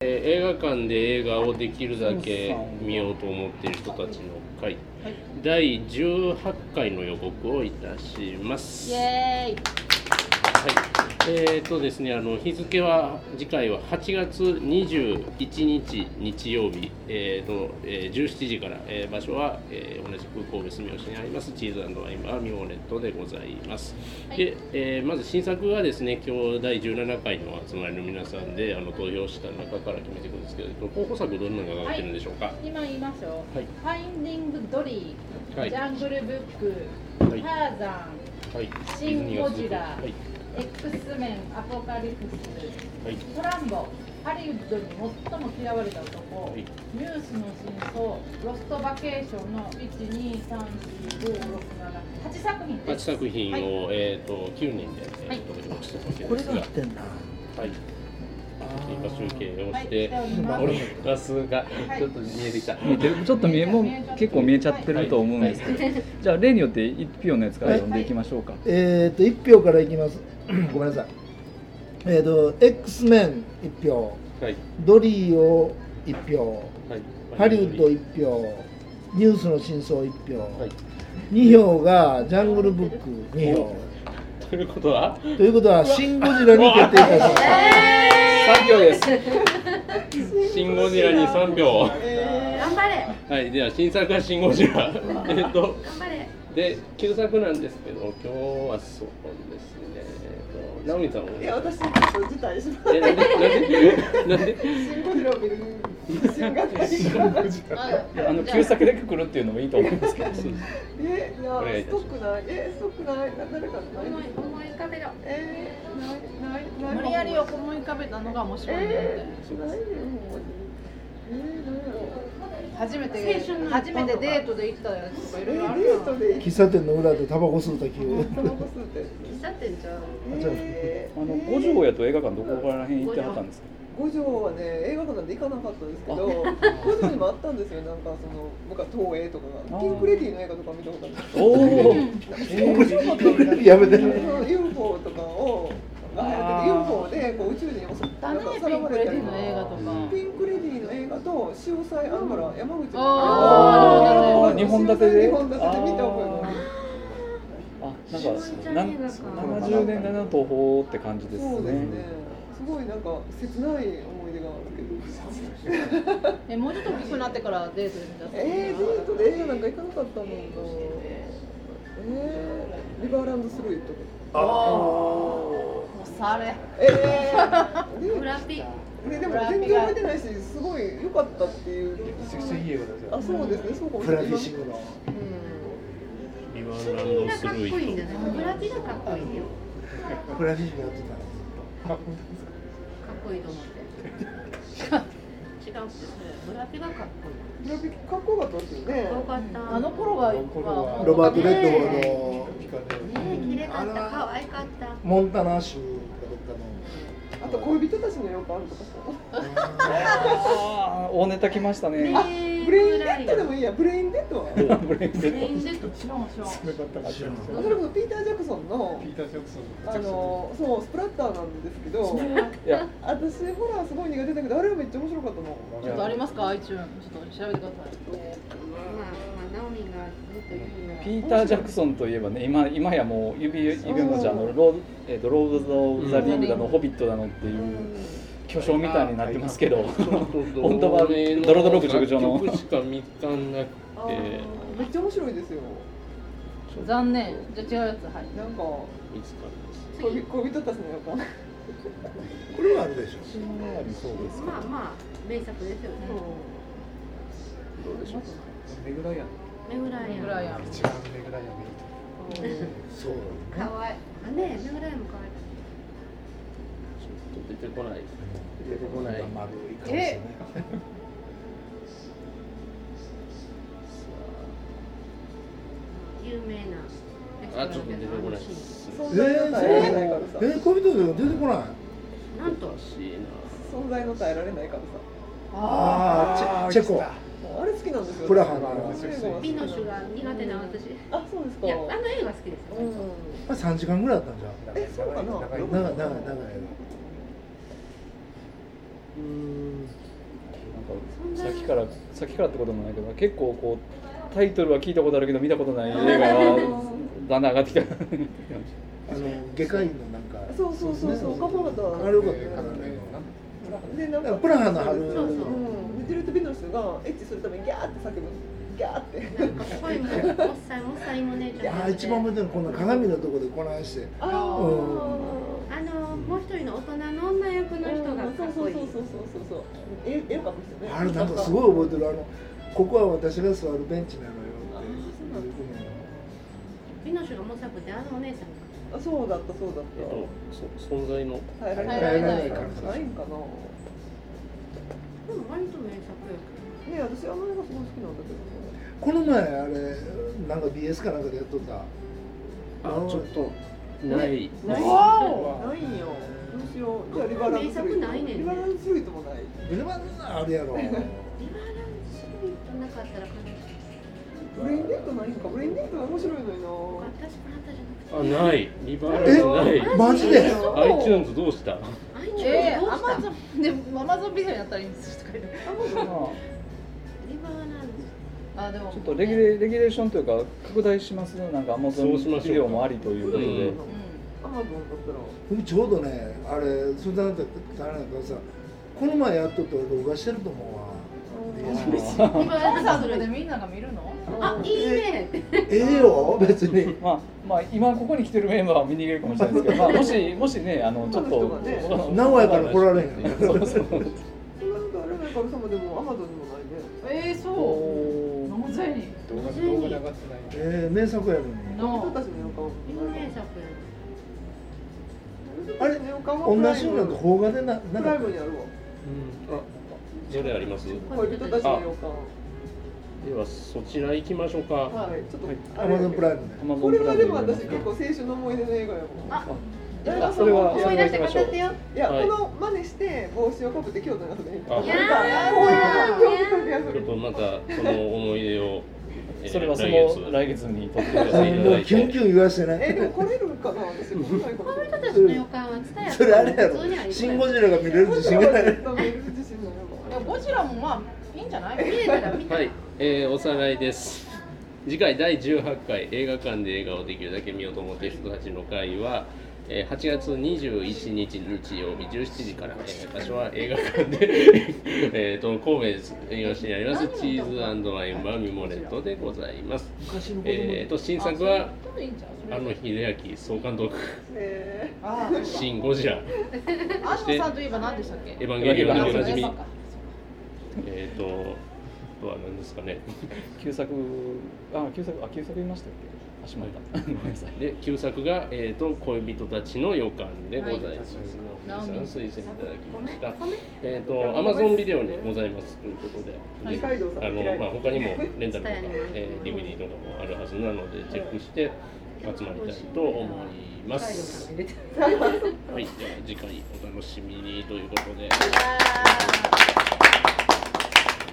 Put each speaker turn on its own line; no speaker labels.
映画館で映画をできるだけ見ようと思っている人たちの会第18回の予告をいたします。
イエーイ
はい、えっ、とですね、あの日付は次回は8月21日日曜日、えーの、えー17時から、えー場所は、えー同じく神戸住吉にありますチーズワインバーミモレットでございます。
はい
で、えーまず新作はですね、今日第17回の集まりの皆さんであの投票した中から決めていくんですけれど、候補作どんなのが上がってるんでしょうか。
今言いましょう。
はい、
ファインディング・ドリー、
はい
ジャングル・ブック、
はい
ターザン、
はい、
シンゴジラ
はい、
エックスメン、アポカリプス、
はい、
トランボ、ハリウッドに最も嫌われた男、
はい
ニュースの真相、ロストバケーションの1、2、3、4、5、6、7、8作品
8
です。
作品を、えっ、と9人で、え
はい
ー、届けましたわけで
これ
す
が
が。
入ってんだ
はい、追加集計を
は
し
い、して
て、
おりま
俺
す。
が数がちょっと見えてきた。
見てるちょっと見えも結構見えちゃってると思うんですけど、じゃあ例によって一票のやつから読んでいきましょうか、
えっ、と一票からいきます ごめんなさいえっ、と X メン一票
はい、
ドリーを一票
はい、
ハリウッド一票ニュースの真相一票、
はい。
二票がジャングルブック二票
ということは、
ということはシン・ゴジラに決定いたしました
三票です。シンゴジラに三票。
頑張れ
はい、では新作はシンゴジラ。えっと、
頑張れ
で、旧作なんですけど、今日はそうですね。えっと、ナオミさんも。
いや私ちょっと辞退します。
え、なんで、なんで、なんで。
シンゴジラを見る自信がないから。
あの旧作でくくるっていうのもいいと思うんですけど
え、な
お願いい
ス
たしま
ト
す
ックない。え、ストックない。な誰かない。
思い思い浮かべろ
えー、ないないない。
無理やり思い浮かべたのが面白いので
え。ー、ないよ。えー、なんやろ
初めて初めてデートで行ったやつとかい
え
ろいろあ
ー、
る
デ
やん
ートで行
喫茶店の裏でタバコ吸う時を
くタバコ吸うて。
喫茶店ちゃう
え
あ
ー
の五条やと映画館どこから辺行ってはったんですか
五条はね映画館なんで行かなかったんですけど五条にもあったんですよなんかその僕は東映とか
あ
が
ー
ピンク・レディーの映画とか見たことあるんです
おお
やめて
けど UFO とかを
あー
UFO でこう宇宙人に襲って
だねピンクレディの映画とか。
ピンクレディーの映画と潮騒あるから山口の
あ
ー日本立てで
日本立てで見た覚えがある
あなんかなん70年代の東宝って感じです
そうですね
ね
すごいなんか切ない思い出があるけど
えもうちょっと大きくなってからデートで見たって
えー、デートで映画なんか行かなかったもんなえー、リバーランドスルーとか
もうさあれ
えー、 で
ブラピ
ででも全然覚えてないしすごい良かったっていうあそうですねそうかもし
フ
れ
ラ
な
フ
い
ィッシングの
リワ
ブ
ン
ラ
ランドス
ピがかっこ
ル
いいん
イ
じゃないブラピがかっこいいよ
フラフィッシングやってたんで
かっこいいと思って違うってブラピがかっこい
ブラピかっこよかったですよね
いよかった
あの頃がまあ
すロバート・レ
ね
ッドの
ねえ綺麗か
あ
っ
れ
た可
は
愛かった
モンタナ州かどっかの
あと恋人たちの予感とかさ
ああ大ネタ来ました ね
ねえ
ブレインデッドでもいいやブレインデッドは
ブレインデッ
ブレ
ド
インデッド
知らん知らん
それこそピーター・ジャクソンのあのそうスプラッターなんですけど
いや
私ホラーすごい苦手だけどあれはめっちゃ面白かったの
ちょっとありますか iTune ちょっと調べてくださ
まあまあナオミがずっと言うなら
ピーター・ジャクソンといえばね今今やもう指指のじゃあのロー,、えーとロード・オブ・ザ・リングだの、ホビットだのっていう巨匠みたいになってますけど、本当はドロドロ牧場の
曲しか見たんなくて、
めっちゃ面白いですよ
い残念じゃあ違うやつはい
なんか
見つかんです。
恋恋人たちの予感
これはあるでしょ
そうです
まあまあ名作ですよね
どうでしょうか。
メグライアン
いくらやん
そう
可愛いねえメグライアンも可愛い
ちょっと出てこない。出てこない。さ
丸いかもしれない
有名な
あ、あちょっと出てこない。
シー
存
え
在の耐えられないから
ー、そ
さ
うえー、恋人でも出てこない
ンなんと
おかしいな。
存在の耐えられないからさ
ああチェチェコ
あれ好きなんですよ。
プラハのあ
あ
の
ピノシュが苦手な私い
あ、そうですか。
やあの映画好きです
う
よ
ん。
まあ3時間ぐらいあったんじゃ
え、そうかな。
ん長い長い長い
うん。
かさっきからさっきからってこともないけど結構こうタイトルは聞いたことあるけど見たことない映画がだんだん上がってきた
あの外科医のなんか
そうそうそうそう岡本は
あれよかったよね
でなんか
プラハの春
そうそう、うん、デジルト・ビノスがエッチするためにギャーって叫ぶギャーって
なんか声ももっさいもっさいもね
い
じゃな
や
くて
一番目でこんな鏡のとこでこないして
ああ、
う
あのもう一人の大人の女役の人が
そ
か
う
っ
そ
こ
う
いい
そうそうそうそうえ絵よかったですよね
あれなんかす
い
ごい覚えてるあのここは私が座るベンチなのよ
あ
って
そうなんだ
美濃種がモサクってあのお姉ちゃんか
あそうだったそうだっ
えっと、そ存在の
た耐えられ
耐えられない
か
からら
ないんかな
でも割と名作や
ね私あの映画すごい好きなん
この前
だけど
あれなんか BS かなんかでやっとった
あちょっとない
ない
わお
ないんよどうしようじゃあリバランスルイ
名作ないねんね
リバランスルイともない
ビルバンあるやろ
リバランスリートなかったら悲しい
ブレインデートないんかブレインデートは面白いのにな
私もあったじゃ
あ
なくて
ないリバランスない
え
マジで
そう
iTunes どうした
あいつ
ええ
どう
ア
した
マゾンでもアマゾンビデオになったらいいんですとか言って
リバラン
あでも
ちょっとレギュレレギュレーションというか拡大しますねなんか Amazon
そうしましょうか
ビデオもありということで、
うん
う
アマゾンだったら
僕ちょうどねあれそれだって誰なんかさこの前やっとって俺録画してると思うわ
スリ
ん
バ
コ
ラ
ンサ
ン
ー
ス
トで
リー
みんなが見るの
トあいいね
ええよ別に
まあまあ今ここに来てるメンバーは見に行けるかもしれないですけど、まあ、もしもしねあのちょっと
他の
名古屋から来られへん
そうそう
なんかあれないからさまでもアマゾンにもないね
えー、そうなぜに
動画動画で上がってないんで
ええ名作やのに
私
の
たちの予感
有名作や
あれ同じようなんか邦画でなな
プ
ん
ラ
か
イムにあるわ
あそれあります
恋人たちの予感
ではそちら行きましょうか、
はいちょっと
アマゾンプライム
ム
で
これはでも私結構青春の思い出の映画やもん
あそれは
思い出して語ってよ
いや、
はい
この真似して帽子をかぶって京都の遊びに行
あ
った。
い
や
なん
ー
かこういう感じがす
ちょ
る
っとまたその思い出を、えー
それはそ
来
の
月
来月に撮ってく
あ
ださい
の
もうキュンキュン言わして
えでも
ね
来れるかな私来ないかもしれない。
私の予感は伝え
それあれやろシン・ゴジラが見れる自信がない
自身の
いやゴジラもまあいいんじゃない
見えたら見た
は
ら
い、えーおさらいです。次回第18回映画館で映画をできるだけ見ようと思っている人たちの会は、えー8月21日日曜日17時から、えー場所は映画館で、 えーと神戸です営業市にありますチーズワインバーミモレットでございます。
昔の子供
えーと新作はあの秀明総監督
え
あ
「シン・ゴジラ」
ー安野さんといえば何でしたっけ
「エヴァンゲリオン」でおなじみ
あそうか
えっとあとは何ですかね
旧作あ旧作あ旧作見ましたっけあしまったごめんなさい
で旧作が、えー、と恋人たちの予感でございます。
はい
皆さん推薦いただきました。
ごめん
えっ、とアマゾンビデオにございますということで、
はい
であのまあ他にもレンタルとか、えー、
伝えない
DVD とかもあるはずなのでチェックして集まりたいと思います。はい、では次回お楽しみにということで。
あー